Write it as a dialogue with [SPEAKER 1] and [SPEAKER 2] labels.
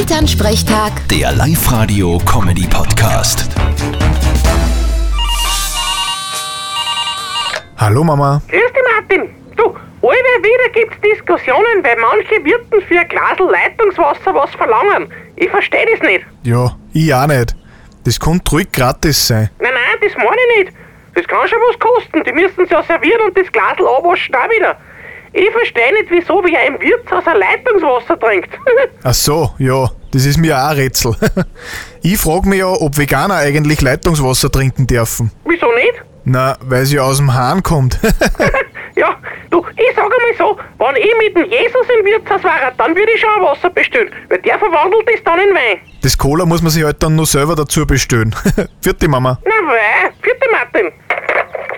[SPEAKER 1] Elternsprechtag,
[SPEAKER 2] Der Live-Radio-Comedy-Podcast.
[SPEAKER 3] Hallo Mama.
[SPEAKER 4] Grüß dich, Martin. Du, alle wieder gibt's Diskussionen, weil manche Wirten für ein Glasel Leitungswasser was verlangen. Ich verstehe das nicht.
[SPEAKER 3] Ja, ich auch nicht. Das konnte ruhig gratis sein.
[SPEAKER 4] Nein, nein, das meine ich nicht. Das kann schon was kosten. Die müssen's ja servieren und das Glasel abwaschen auch wieder. Ich verstehe nicht, wieso wie ein Wirtshaus ein Leitungswasser trinkt.
[SPEAKER 3] Ach so, ja, das ist mir auch ein Rätsel. ich frage mich ja, ob Veganer eigentlich Leitungswasser trinken dürfen.
[SPEAKER 4] Wieso nicht?
[SPEAKER 3] Na, weil sie aus dem Hahn kommt.
[SPEAKER 4] Ja, du, ich sag einmal so, wenn ich mit dem Jesus im Wirtshaus wäre, dann würde ich schon ein Wasser bestellen, weil der verwandelt es dann in Wein.
[SPEAKER 3] das Cola muss man sich halt dann nur selber dazu bestellen. Vierte Mama.
[SPEAKER 4] Na wei, vierte Martin.